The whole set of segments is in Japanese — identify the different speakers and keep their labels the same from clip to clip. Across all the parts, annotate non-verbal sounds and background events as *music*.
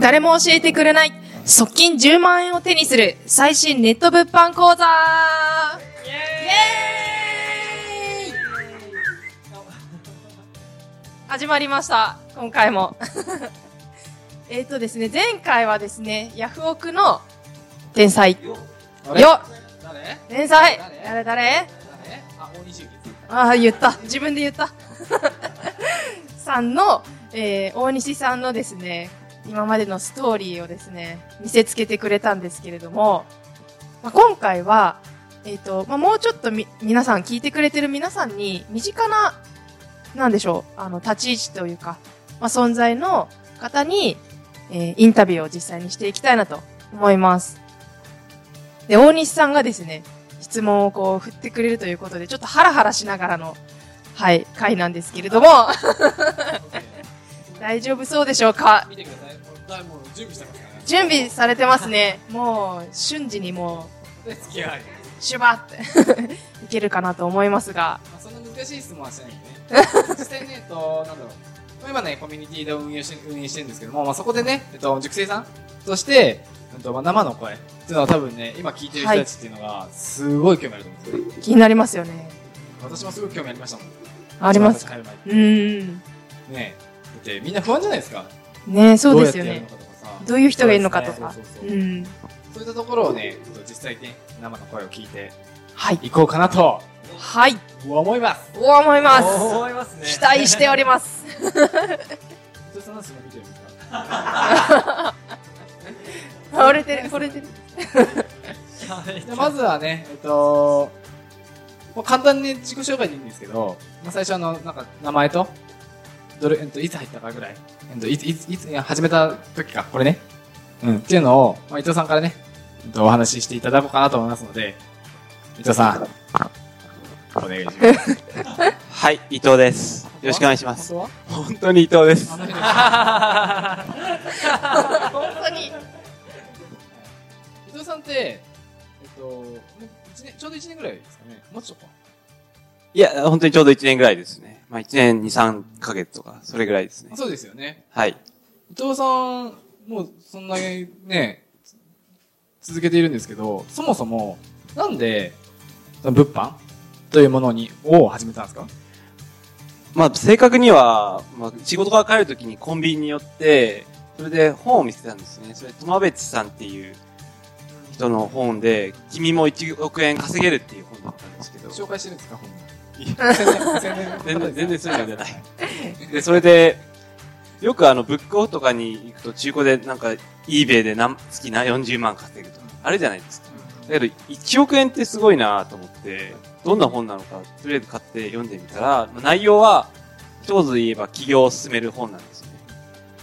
Speaker 1: 誰も教えてくれない側近10万円を手にする最新ネット物販講座イエーイ始まりました今回も *laughs* えっとですね前回はですねヤフオクの天才
Speaker 2: よ
Speaker 3: あれ
Speaker 1: よ
Speaker 2: 誰
Speaker 1: 天才誰誰
Speaker 2: 誰誰あ、大西幸
Speaker 1: ああ言った自分で言った *laughs* さんの、えー大西さんのですね今までのストーリーをですね見せつけてくれたんですけれども、まあ、今回は、えっとまあ、もうちょっとみ皆さん聞いてくれてる皆さんに身近ななんでしょうあの立ち位置というか、まあ、存在の方に、えーインタビューを実際にしていきたいなと思いますで大西さんがですね質問をこう振ってくれるということで、ちょっとハラハラしながらの、はい、回なんですけれども、 *laughs* *laughs* 大丈夫そうでしょうか
Speaker 2: 見てください。俺もう準備してますからね。
Speaker 1: 準備されてますね。もう、瞬時にも
Speaker 2: で付き合い。
Speaker 1: う、シュバって、 *laughs* いけるかなと思いますが、
Speaker 2: *laughs* まあ、そんな難しい質問はしない
Speaker 1: *laughs*
Speaker 2: んでね。してねえと、なんだろう。まあ今ね、コミュニティで運営して運営してるんですけども、まあ、そこでね、えっと、塾生さんとして、えっとまあ、生の声っていうのは多分ね、今聞いてる人たちっていうのが、すごい興味あると思うんですよ、
Speaker 1: 気になりますよね。
Speaker 2: 私もすごく興味ありましたもん。
Speaker 1: あります。
Speaker 2: 帰る前
Speaker 1: うーん。
Speaker 2: ねえ。だってみんな不安じゃないですか。
Speaker 1: ねそうですよ
Speaker 2: どうや
Speaker 1: ね
Speaker 2: って。やるのかとかさ。
Speaker 1: どういう人がいるのかとか
Speaker 2: そうです。
Speaker 1: う
Speaker 2: ね
Speaker 1: ん。
Speaker 2: そういったところをね、えっと実際ね、生の声を聞いて
Speaker 1: はい。
Speaker 2: いこうかなと
Speaker 1: はい。
Speaker 2: 思います。
Speaker 1: お思います。
Speaker 3: 思いますね
Speaker 1: 期待しており *laughs* ます。
Speaker 2: 伊藤さんなんすか見てるんですか。
Speaker 1: 惚れてる、惚れてる。
Speaker 2: じゃあまずはね、えっと、もう簡単に自己紹介でいいんですけど、まあ、最初あのなんか名前と、どれ、えっと、いつ入ったかぐらい、えっと、いつ、いつ、いつ、いや始めた時か、これね。うん、っていうのを、まあ、伊藤さんからね、えっと、お話ししていただこうかなと思いますので、伊藤さん、お願いし *laughs* ます。よ
Speaker 3: はい、伊藤です。よろしくお願いします。
Speaker 2: 本
Speaker 3: 本当に伊藤です
Speaker 2: 当。は
Speaker 1: 本当に。
Speaker 2: 伊藤さんって、えっと、もう一年、ちょうど1年ぐらいですかね。もうちょっとか。
Speaker 3: いや、本当にちょうど1年ぐらいですね。まあ1年2、3ヶ月とか、それぐらいですね
Speaker 2: あ。そうですよね。
Speaker 3: はい。
Speaker 2: 伊藤さん、もうそんなにね、続けているんですけど、そもそも、なんで、その物販というものに、を始めたんですか
Speaker 3: まあ正確には、まあ仕事から帰るときにコンビニに寄って、それで本を見せてたんですね。それ、友別さんっていう人の本で、君も1億円稼げるっていう本だったんですけど。
Speaker 2: 紹介してるんですか本人
Speaker 3: い
Speaker 2: 全然、
Speaker 3: 全然、
Speaker 2: *laughs*
Speaker 3: 全然そういうのじゃない。で、それで、よくあの、ブックオフとかに行くと中古でなんか、eBay で何月な40万稼ぐとか、あるじゃないですか。だけど、1億円ってすごいなと思って、どんな本なのか、とりあえず買って読んでみたら、まあ内容は、一言で言えば起業を進める本なんですよね。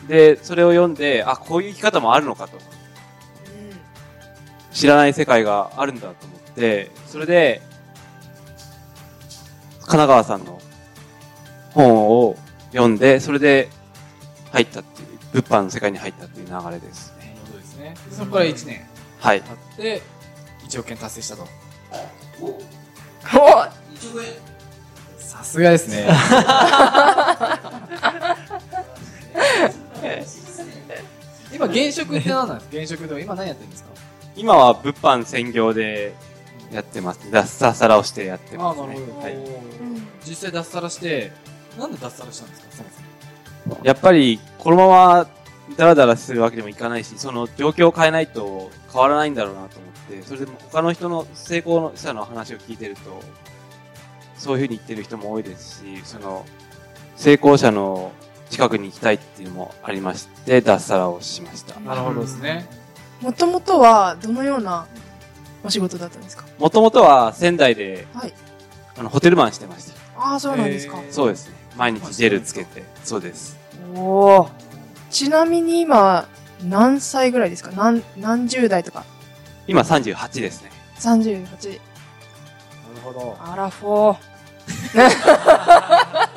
Speaker 3: で、それを読んで、あ、こういう生き方もあるのかと。
Speaker 1: *laughs*
Speaker 3: 知らない世界があるんだと思って、それで、神奈川さんの本を読んで、それで入ったっていう、物販の世界に入ったっていう流れですね。
Speaker 2: そうですね。そこから1年
Speaker 3: はい。
Speaker 2: 経って、1億円達成したと。
Speaker 1: お
Speaker 2: さすがですね。今、現職って何なんですか現職で今何やってるんですか
Speaker 3: 今は物販専業でやってます。脱ササラをしてやって
Speaker 2: ああ
Speaker 3: ます
Speaker 2: な
Speaker 3: ね
Speaker 2: るほ。ど、
Speaker 3: はい、
Speaker 2: 実際脱サラしてなんで脱サラしたんですかそもそも
Speaker 3: やっぱり、このままダラダラするわけにもいかないし、その状況を変えないと変わらないんだろうなと思って、それでも他の人の成功者の話を聞いてると、そういうふうに言ってる人も多いですし、その、成功者の近くに行きたいっていうのもありまして、脱サラをしました。
Speaker 2: なるほどですね
Speaker 1: もともとはどのようなお仕事だったんですか
Speaker 3: もともとは仙台で、
Speaker 1: はい
Speaker 3: あの、ホテルマンしてました。
Speaker 1: ああ、そうなんですか。
Speaker 2: えー
Speaker 3: そうですね。毎日ジェルつけて。そうです。
Speaker 1: おお。ちなみに今、何歳ぐらいですか何、何十代とか。
Speaker 3: 今38ですね。
Speaker 1: 38。
Speaker 2: なるほど
Speaker 1: アラフォー。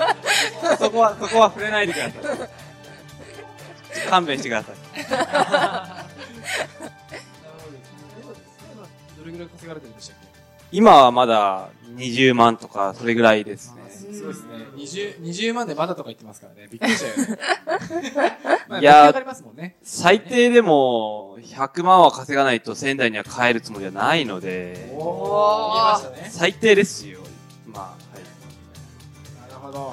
Speaker 3: *laughs* そこは、そこは触れないでください。勘弁してください。
Speaker 2: どれぐらい稼がれてるんでしたっ
Speaker 3: 今はまだ20万とか、それぐらいですね。
Speaker 2: そうですね。20、20万でまだとか言ってますからね。びっくりしちゃ
Speaker 1: *laughs*
Speaker 2: うよね。まあ、
Speaker 3: いやー
Speaker 2: 出来上がりますもんね。
Speaker 3: 最低でも、100万は稼がないと仙台には帰るつもりはないので、
Speaker 2: おー。見ましたね。
Speaker 3: 最低ですよ。まあ、はい。
Speaker 2: なるほど。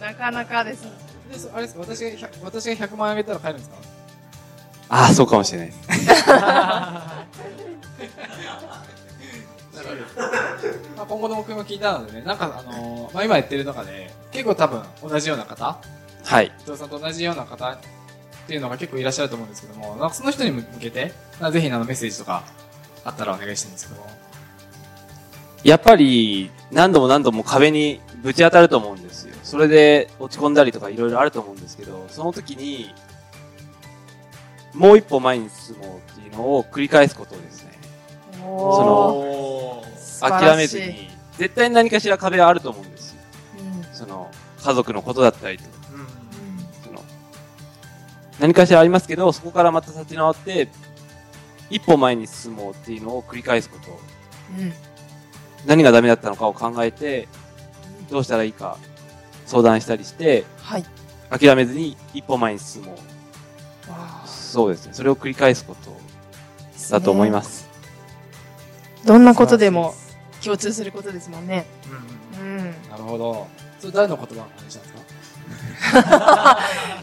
Speaker 1: なかなかですね。
Speaker 2: でそあれですか私が100、私が100万円あげたら帰るんですか
Speaker 3: ああ、そうかもしれないです。
Speaker 2: まあ、今後の目標も聞いたのでね、なんかあのーまあ、今やってる中で、結構多分同じような方、
Speaker 3: はい。
Speaker 2: 伊藤さんと同じような方っていうのが結構いらっしゃると思うんですけども、なんかその人に向けて、なんかぜひあのメッセージとかあったらお願いしたいんですけども。
Speaker 3: やっぱり、何度も何度も壁にぶち当たると思うんですよ。それで落ち込んだりとかいろいろあると思うんですけど、その時に、もう一歩前に進もうっていうのを繰り返すことですね。その
Speaker 2: おー
Speaker 1: 素晴
Speaker 3: 諦
Speaker 1: ら
Speaker 3: め
Speaker 1: し
Speaker 3: ず
Speaker 1: い
Speaker 3: に、絶対に何かしら壁はあると思うんですよ。
Speaker 1: うん
Speaker 3: その、家族のことだったりとか、
Speaker 2: うん
Speaker 3: その、何かしらありますけど、そこからまた立ち直って、一歩前に進もうっていうのを繰り返すこと。
Speaker 1: うんうん
Speaker 3: 何がダメだったのかを考えて、どうしたらいいか相談したりして、
Speaker 1: はい。
Speaker 3: 諦めずに一歩前に進もう。
Speaker 1: わ
Speaker 3: そうですね。それを繰り返すことだと思います。
Speaker 1: す。どんなことでも共通することですもんね。
Speaker 2: うんうん
Speaker 1: うん。
Speaker 2: うんなるほど。それ誰の言葉を真似したんですか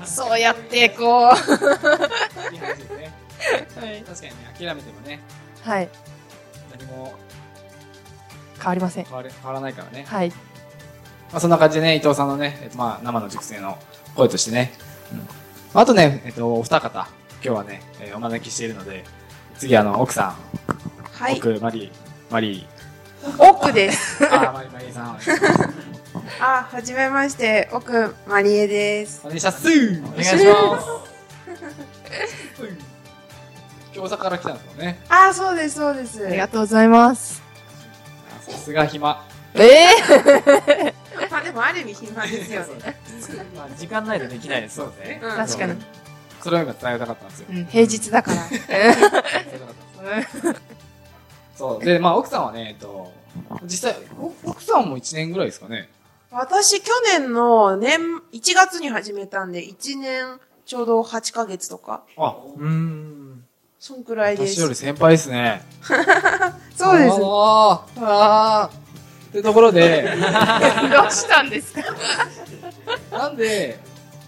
Speaker 1: そうやって、こう。
Speaker 2: いい話です
Speaker 1: *laughs*
Speaker 2: ね。確かにね、諦めてもね、
Speaker 1: はい。
Speaker 2: 何も
Speaker 1: 変わりません。
Speaker 2: 変われ変わらないからね。
Speaker 1: はい。
Speaker 2: まあ、そんな感じでね、伊藤さんのね、えっと、まあ、生の熟成の声としてね。うん、あとね、えっと、お二方、今日はね、えーお招きしているので、次、あの、奥さん、
Speaker 1: はい。
Speaker 2: 奥、マリー、マリ
Speaker 4: 奥です。
Speaker 2: *laughs* ー、あー、マリー、マリーさん、お願いします
Speaker 4: あ、はじめまして、奥まりえです。
Speaker 2: お願いします。お願いします。今日大阪から来たんですよね。
Speaker 4: あ、そうです、そうです。
Speaker 1: ありがとうございます。
Speaker 2: さすが暇。
Speaker 1: ええ
Speaker 4: まあ、でもある意味暇ですよね。
Speaker 2: まあ、時間ないとできないです。そうですね。
Speaker 4: うん
Speaker 1: 確かに。
Speaker 2: それを今伝えたかったんですよ。
Speaker 1: うん、平日だから。
Speaker 2: 伝えたかったんですそう。で、まあ、奥さんはね、えっと、実際、お奥さんも1年ぐらいですかね。
Speaker 4: 私、去年の年、1月に始めたんで、1年ちょうど8ヶ月とか、
Speaker 2: あ、うーん。
Speaker 4: そんくらいで
Speaker 2: 私
Speaker 4: す
Speaker 2: よ。り先輩ですね。
Speaker 4: そうです。
Speaker 2: あーあー。ってところで、
Speaker 4: *laughs*
Speaker 1: どうしたんですか
Speaker 2: なんで、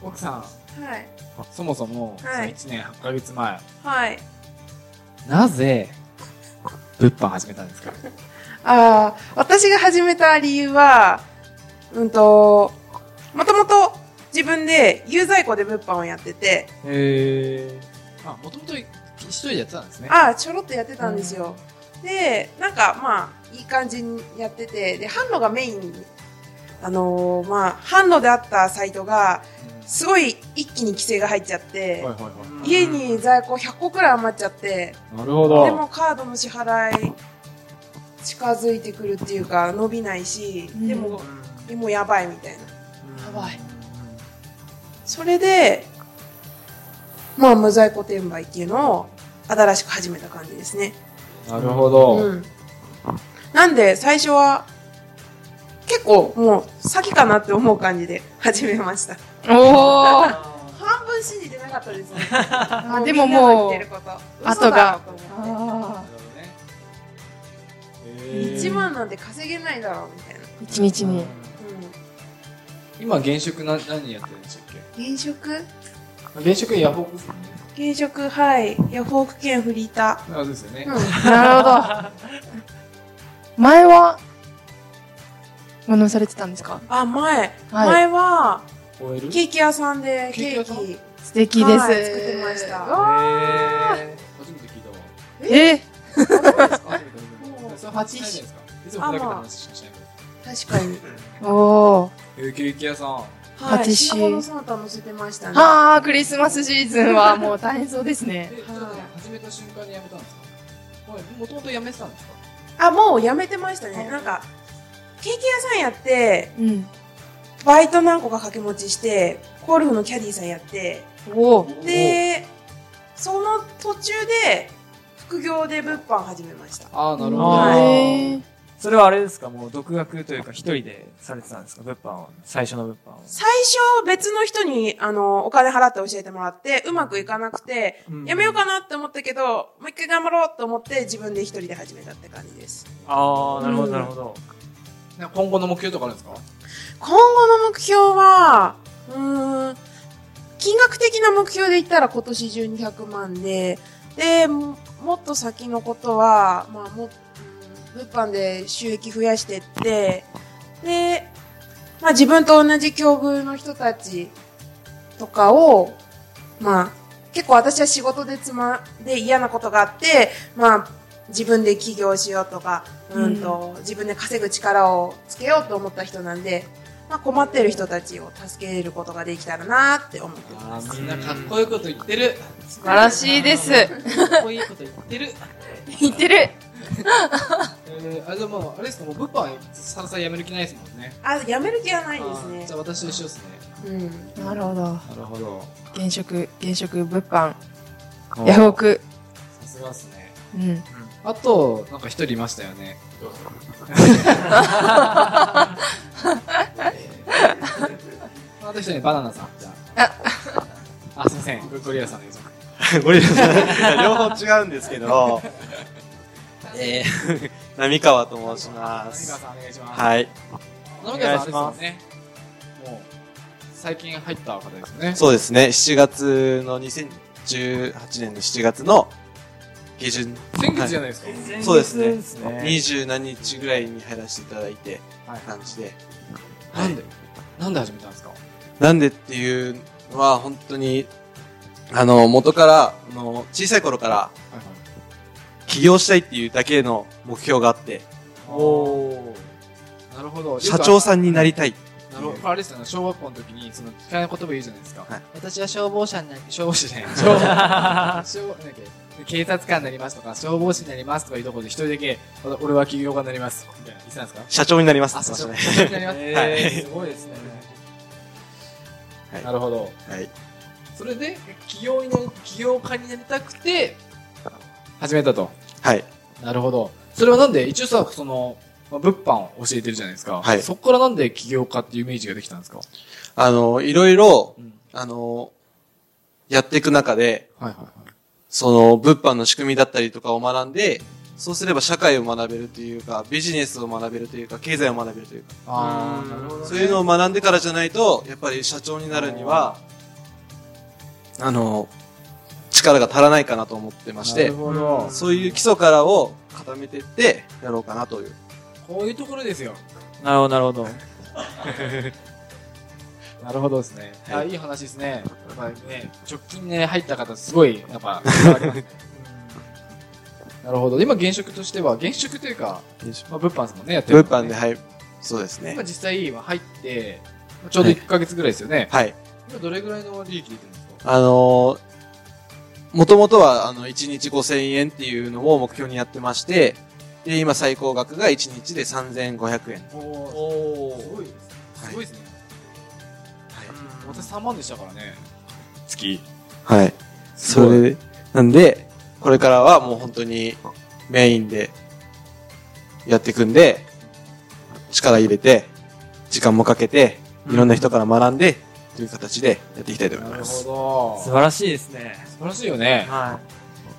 Speaker 2: 奥さん、
Speaker 4: はい。
Speaker 2: そもそも、その
Speaker 4: はい
Speaker 2: 1年8ヶ月前、
Speaker 4: はい。
Speaker 2: なぜ、物販始めたんですか
Speaker 4: あー私が始めた理由は、うんと、もともと自分で有在庫で物販をやってて、
Speaker 2: へー。あ、もともと一人でやってたんですね。
Speaker 4: ああ、ちょろっとやってたんですよ。で、なんかまあ、いい感じにやってて、で、販路がメインに、あのーまあ、販路であったサイトが、すごい一気に規制が入っちゃって、
Speaker 2: はいはいは
Speaker 4: 家に在庫100個くらい余っちゃって、
Speaker 2: い。なるほ
Speaker 4: で
Speaker 2: ど。
Speaker 4: もカードの支払い、近づいてくるっていうか、伸びないし、
Speaker 1: うん
Speaker 4: でも、でもやばいみたいな。
Speaker 1: やばい。
Speaker 4: それで、まあ、無在庫転売っていうのを新しく始めた感じですね。
Speaker 2: なるほど。
Speaker 4: うん。なんで、最初は、結構もう、先かなって思う感じで始めました。
Speaker 1: おー。
Speaker 4: 半分信じてなかったですね。
Speaker 1: あでももう
Speaker 4: みんなの言ってるこ
Speaker 1: 後
Speaker 4: と
Speaker 1: が。
Speaker 4: 嘘だろうと思っ
Speaker 1: あ
Speaker 2: なるほどね
Speaker 4: て
Speaker 2: へー
Speaker 4: 1万なんて稼げないだろう、みたいな。
Speaker 1: ー一日に。
Speaker 2: 今現職な何やってるんでしたっ
Speaker 4: うん。現職
Speaker 2: け現職ヤフオクですよね
Speaker 4: 現職、はい。ヤフオク券フリータ
Speaker 2: あそうですよね、
Speaker 4: ー。
Speaker 2: あ
Speaker 4: う
Speaker 1: なるほど。前は、ものされてたんですか
Speaker 4: ん。あ、前。
Speaker 1: はい
Speaker 4: 前は、
Speaker 2: OL
Speaker 4: ケーキ屋さんで
Speaker 2: ケーキ
Speaker 4: ケ
Speaker 2: 屋
Speaker 4: ー
Speaker 2: さん
Speaker 4: キ。
Speaker 1: 素敵です。
Speaker 4: はい作ってました
Speaker 1: うわ
Speaker 2: へー初めて聞いたわ
Speaker 1: えー
Speaker 2: 初めて初めてそれ初じゃないですかいつもふざけた話しかしないか
Speaker 4: 確かに。
Speaker 1: おー。
Speaker 2: らえーケーキ屋さんあ
Speaker 4: は
Speaker 1: パ
Speaker 4: い。
Speaker 1: ティシエ
Speaker 4: シンガポールのソナタ載せてましたね。
Speaker 1: はあ、クリスマスシーズンはもう大変そうですね
Speaker 2: え。ちょっと始めた瞬間に辞めたんですかはいもともと辞めてたんですか
Speaker 4: あ、もうやめてましたね。なんか、ケーキ屋さんやって、
Speaker 1: うん。
Speaker 4: バイト何個か掛け持ちして、ゴルフのキャディーさんやって、
Speaker 1: おー。
Speaker 4: で、その途中で、副業で物販始めました。
Speaker 2: ああなるほど
Speaker 4: はい
Speaker 1: へー
Speaker 3: それはあれですかもう独学というか一人でされてたんですか物販は。最初の物販は。
Speaker 4: 最初、別の人に、あの、お金払って教えてもらって、うまくいかなくて、
Speaker 3: うん
Speaker 4: やめようかなって思ったけど、もう一回頑張ろうと思って、自分で一人で始めたって感じです。
Speaker 3: ああ、なるほど、なるほど。
Speaker 2: なんか今後の目標とかあるんですか
Speaker 4: 今後の目標は、うーん、金額的な目標で言ったら今年中に100万で、で、ももっと先のことは、まあ、も、うん物販で収益増やしてって、で、まあ自分と同じ境遇の人たちとかを、まあ、結構私は仕事でつま、で嫌なことがあって、まあ、自分で起業しようとか、うんと、自分で稼ぐ力をつけようと思った人なんで、まあ困ってる人たちを助けることができたらなって思ってます。
Speaker 2: あーみんなかっこいいこと言ってる。
Speaker 1: 素晴らしいです。
Speaker 2: かっこいいこと言ってる。
Speaker 1: 言ってる。
Speaker 2: えー、あれでも、あれですか、もう物販、さらさらやめる気ないですもんね。
Speaker 4: あ、やめる気はないです
Speaker 2: あー
Speaker 4: ね
Speaker 2: じゃ。あ私と一緒ですね。
Speaker 4: うん。
Speaker 1: なるほど。
Speaker 2: なるほど。
Speaker 1: 現職、現職物販、ヤフオク。
Speaker 2: さすがですね。
Speaker 1: うん。
Speaker 2: あと、なんか一人いましたよね。あと一人ね、バナナさん。じゃあ。あ、すいません。ゴリラさんです。
Speaker 5: ゴリラさん、両方違うんですけど、えー、 *laughs* 波川と申しま
Speaker 2: 浪川
Speaker 5: す。
Speaker 2: さんお願いします。
Speaker 5: はい。
Speaker 2: 浪川さんあれですよね。もう、最近入った方ですよね。
Speaker 5: そうですね、7月の2018年の7月の下旬、
Speaker 2: 先月じゃないですか。
Speaker 5: そうですね
Speaker 3: すね。
Speaker 5: 20何日ぐらいに入らせていただいて、
Speaker 2: はい
Speaker 5: 感じで。
Speaker 2: なんで、なんで始めたんですか
Speaker 5: なんでっていうのは本当に、あの、元から、あの、小さい頃から起業したいっていうだけの目標があって、
Speaker 2: おお。なるほど。
Speaker 5: 社長さ
Speaker 2: ん。
Speaker 5: んになりたい。
Speaker 2: なるほど。これあれですよね。小学校の時に、その、嫌いな言葉言うじゃないですか。
Speaker 5: はい
Speaker 2: 私は消防車になり、消防士じゃない。消防 *laughs* 消防なんだっけ警察官になりますとか、消防士になりますとかいうところで一人だけ、わ俺は起業家になります。みたいな。言ってたんですか
Speaker 5: 社長になります。
Speaker 2: あ、社
Speaker 5: すい
Speaker 2: 長
Speaker 5: ま
Speaker 2: 社
Speaker 5: せん
Speaker 2: 長になります。
Speaker 5: *laughs*
Speaker 3: えー、すごいですね。
Speaker 5: はい
Speaker 2: なるほど。
Speaker 5: はい。
Speaker 2: それで、起業になり、起業家になりたくて、始めたと。
Speaker 5: はい。
Speaker 2: なるほど。それはなんで、一応さ、その、まあ物販を教えてるじゃないですか。
Speaker 5: はい
Speaker 2: そこからなんで起業家っていうイメージができたんですか
Speaker 5: あの、いろいろ
Speaker 2: うん、
Speaker 5: あの、やっていく中で、
Speaker 2: はいはいはい。
Speaker 5: その、物販の仕組みだったりとかを学んで、そうすれば社会を学べるというか、ビジネスを学べるというか、経済を学べるというか、
Speaker 2: ああ、
Speaker 3: うん
Speaker 2: なるほど、ね。
Speaker 5: そういうのを学んでからじゃないと、やっぱり社長になるには、あの、力が足らないかなと思ってまし
Speaker 2: な
Speaker 5: て
Speaker 2: る、ほど。
Speaker 5: そういう基礎からを固めてって、やろうかなという。
Speaker 2: こういうところですよ。
Speaker 3: なるほど、なるほど。
Speaker 2: なるほどですね。
Speaker 5: はい
Speaker 2: い、あいい話ですね。やっぱりね、直近ね、入った方、すごい、やっ *laughs* ぱ、変わりますねうんなるほど。今、現職としては、現職というか、まあ、物販ですもんね、やって
Speaker 5: 物
Speaker 2: るのは
Speaker 5: 販
Speaker 2: ね、
Speaker 5: で、はい。そうですね
Speaker 2: 今、。実際、今入って、ちょうど1ヶ月ぐらいですよね。
Speaker 5: はい。
Speaker 2: 今、どれぐらいの利益出てるんですか
Speaker 5: あのもともとは、あの、1日5000円っていうのを目標にやってまして、で、今最高額が1日で3500円。
Speaker 2: お
Speaker 3: お
Speaker 2: すごいですね。
Speaker 5: はい
Speaker 2: すごいですね。
Speaker 3: うん
Speaker 2: 私3万でしたからね。
Speaker 5: 月。はい。
Speaker 2: すご
Speaker 5: そ
Speaker 2: い
Speaker 5: れで、なんで、これからはもう本当にメインでやっていくんで、力入れて、時間もかけて、いろんな人から学んで、という形でやっていきたいと思い
Speaker 2: なる
Speaker 5: ます。
Speaker 2: ほ
Speaker 3: 素
Speaker 2: ど。
Speaker 3: 晴らしいですね。
Speaker 2: 素晴らしいよね。
Speaker 3: は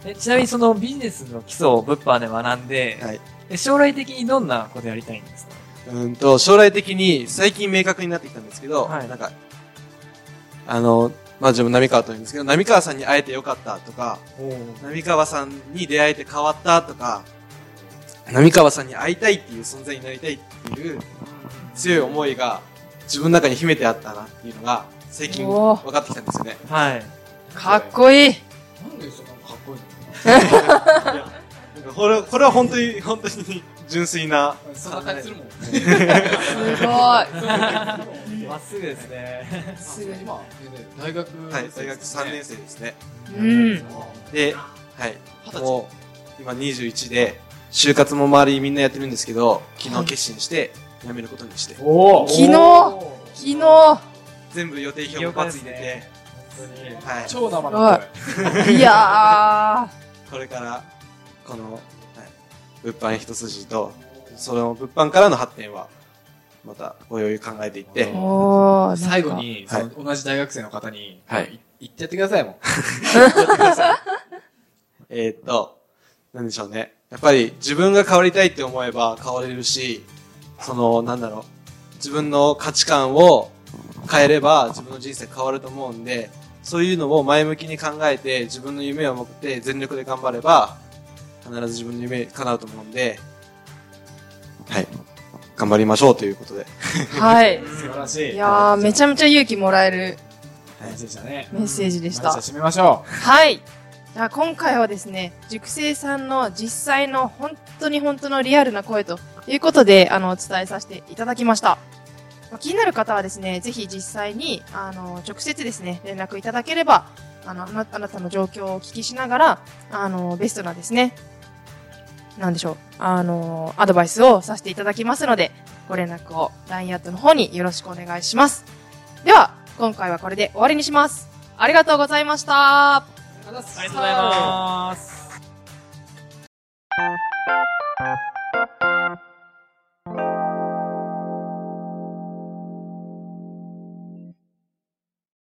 Speaker 3: い。えちなみにそのビジネスの基礎を物販で学んで、
Speaker 5: はい
Speaker 3: え将来的にどんなことやりたいんですか
Speaker 5: うんと、将来的に最近明確になってきたんですけど、
Speaker 3: はい
Speaker 5: なんか、あの、まあ、自分波川と言うんですけど、波川さんに会えてよかったとか、波川さんに出会えて変わったとか、波川さんに会いたいっていう存在になりたいっていう強い思いが自分の中に秘めてあったなっていうのが最近
Speaker 1: おー
Speaker 5: 分かってきたんですよね。
Speaker 3: はい。
Speaker 1: かっこいい。
Speaker 2: なんでそんなかっこいい
Speaker 5: なんかこれこれは本当に、本当に純粋な。
Speaker 2: のそんな感じするもん。
Speaker 1: すご
Speaker 3: まっすぐですね。
Speaker 1: すごい
Speaker 2: 今、大学、
Speaker 5: はい、大学3年生ですね。
Speaker 1: い。うん。
Speaker 5: で、はい、
Speaker 2: 二十歳
Speaker 5: もう今21で、就活も周りみんなやってるんですけど、昨
Speaker 1: はい
Speaker 5: 日決心して辞めることにして、
Speaker 2: おお
Speaker 1: 昨日昨日、
Speaker 5: 全部予定表もバツ入れて、はい、
Speaker 2: 超生の声。
Speaker 1: いや
Speaker 5: これから、この、はい、物販一筋と、その物販からの発展は、また、おいおい考えていって、
Speaker 1: おー
Speaker 2: 最後。に、
Speaker 5: はい
Speaker 2: その同じ大学生の方に、
Speaker 5: はい
Speaker 2: い言っちゃってくださいもん。
Speaker 5: えーっと、なんでしょうね。やっぱり自分が変わりたいって思えば変われるし、その、なんだろう。自分の価値観を変えれば自分の人生変わると思うんで、そういうのを前向きに考えて自分の夢を持って全力で頑張れば、必ず自分の夢叶うと思うんで、はい。頑張りましょうということで。
Speaker 1: なんかはい。
Speaker 2: 素晴らしい。
Speaker 1: いやー、めちゃめちゃ勇気もらえる
Speaker 2: メッセージだね。
Speaker 1: メッセージでし
Speaker 2: じゃあ
Speaker 1: た。
Speaker 2: 締めましょう。
Speaker 1: はい。じゃあ今回はですね、塾生さんの実際の本当に本当のリアルな声ということで、あの、お伝えさせていただきました。まあ気になる方はですね、ぜひ実際に、あの、直接ですね、連絡いただければ、あの、あなあなたの状況をお聞きしながら、あの、ベストなですね、なんでしょう、あの、アドバイスをさせていただきますので、ご連絡を LINE アットの方によろしくお願いします。では、今回はこれで終わりにします。ありがとうございました。
Speaker 2: ありがとうご
Speaker 6: ありがとうございます。